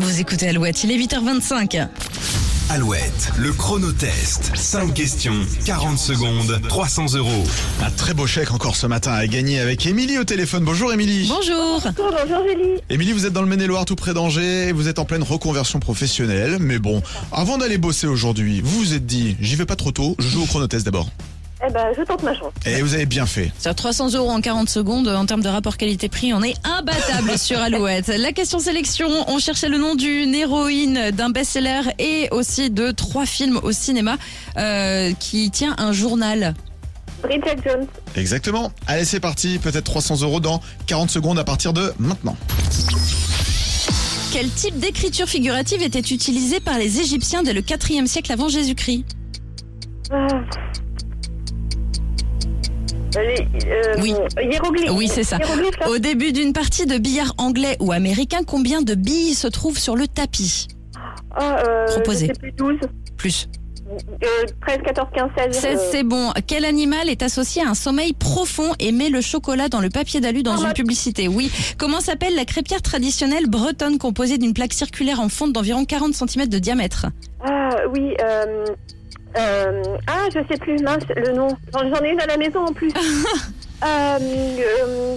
Vous écoutez Alouette, il est 8h25. Alouette, le chronotest. 5 questions, 40 secondes, 300 euros. Un très beau chèque encore ce matin à gagner avec Émilie au téléphone. Bonjour Émilie. Bonjour. Bonjour, bonjour Julie. Émilie, vous êtes dans le Maine-et-Loire tout près d'Angers et vous êtes en pleine reconversion professionnelle. Mais bon, avant d'aller bosser aujourd'hui, vous vous êtes dit, j'y vais pas trop tôt, je joue au chronotest d'abord. Eh ben, je tente ma chance. Et vous avez bien fait. Sur 300 euros en 40 secondes, euh, en termes de rapport qualité-prix, on est imbattable sur Alouette. La question sélection, on cherchait le nom d'une héroïne, d'un best-seller et aussi de trois films au cinéma euh, qui tient un journal. Bridget Jones. Exactement. Allez, c'est parti. Peut-être 300 euros dans 40 secondes à partir de maintenant. Quel type d'écriture figurative était utilisé par les Égyptiens dès le 4e siècle avant Jésus-Christ Ah. Les, euh, Oui. Hiéroglyphes. Oui, c'est ça. Hiéroglyphes, là. Au début d'une partie de billard anglais ou américain, combien de billes se trouvent sur le tapis Ah, euh, Proposé. je sais plus, 12, Plus. euh, 13, 14, 15, 16. 16, euh, c'est bon. Quel animal est associé à un sommeil profond et met le chocolat dans le papier d'alu dans une Carotte. publicité Oui. Comment s'appelle la crêpière traditionnelle bretonne composée d'une plaque circulaire en fonte d'environ 40 cm de diamètre Ah, oui. Euh, euh, ah, je sais plus, mince, le nom. J'en j'en ai une à la maison en plus. euh, euh,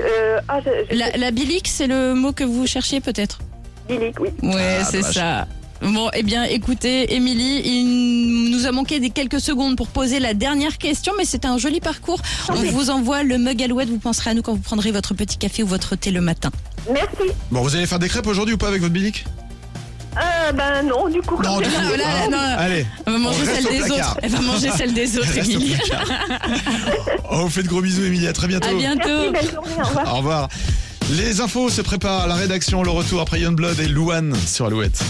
euh, ah, je, je La, la bilique, c'est le mot que vous cherchiez peut-être Bilic, oui. Ouais, Ah, c'est dommage. ça. Bon, eh bien, écoutez, Émilie, il nous a manqué des quelques secondes pour poser la dernière question, mais c'était un joli parcours. On vous envoie le mug alouette, vous penserez à nous quand vous prendrez votre petit café ou votre thé le matin. Merci. Bon, vous allez faire des crêpes aujourd'hui ou pas avec votre bilic Euh, ben non, du coup. Non, du coup. Là, là, hein. non, non. Allez. Elle va On manger reste celle au des placard. autres. Elle va manger celle des autres, Reste au Émilie. placard. On vous fait de gros bisous, Émilie. À très bientôt. À Merci, bientôt. belle journée, au revoir. Au revoir. Les infos se préparent. La rédaction, le retour après Youngblood et Louane sur Alouette.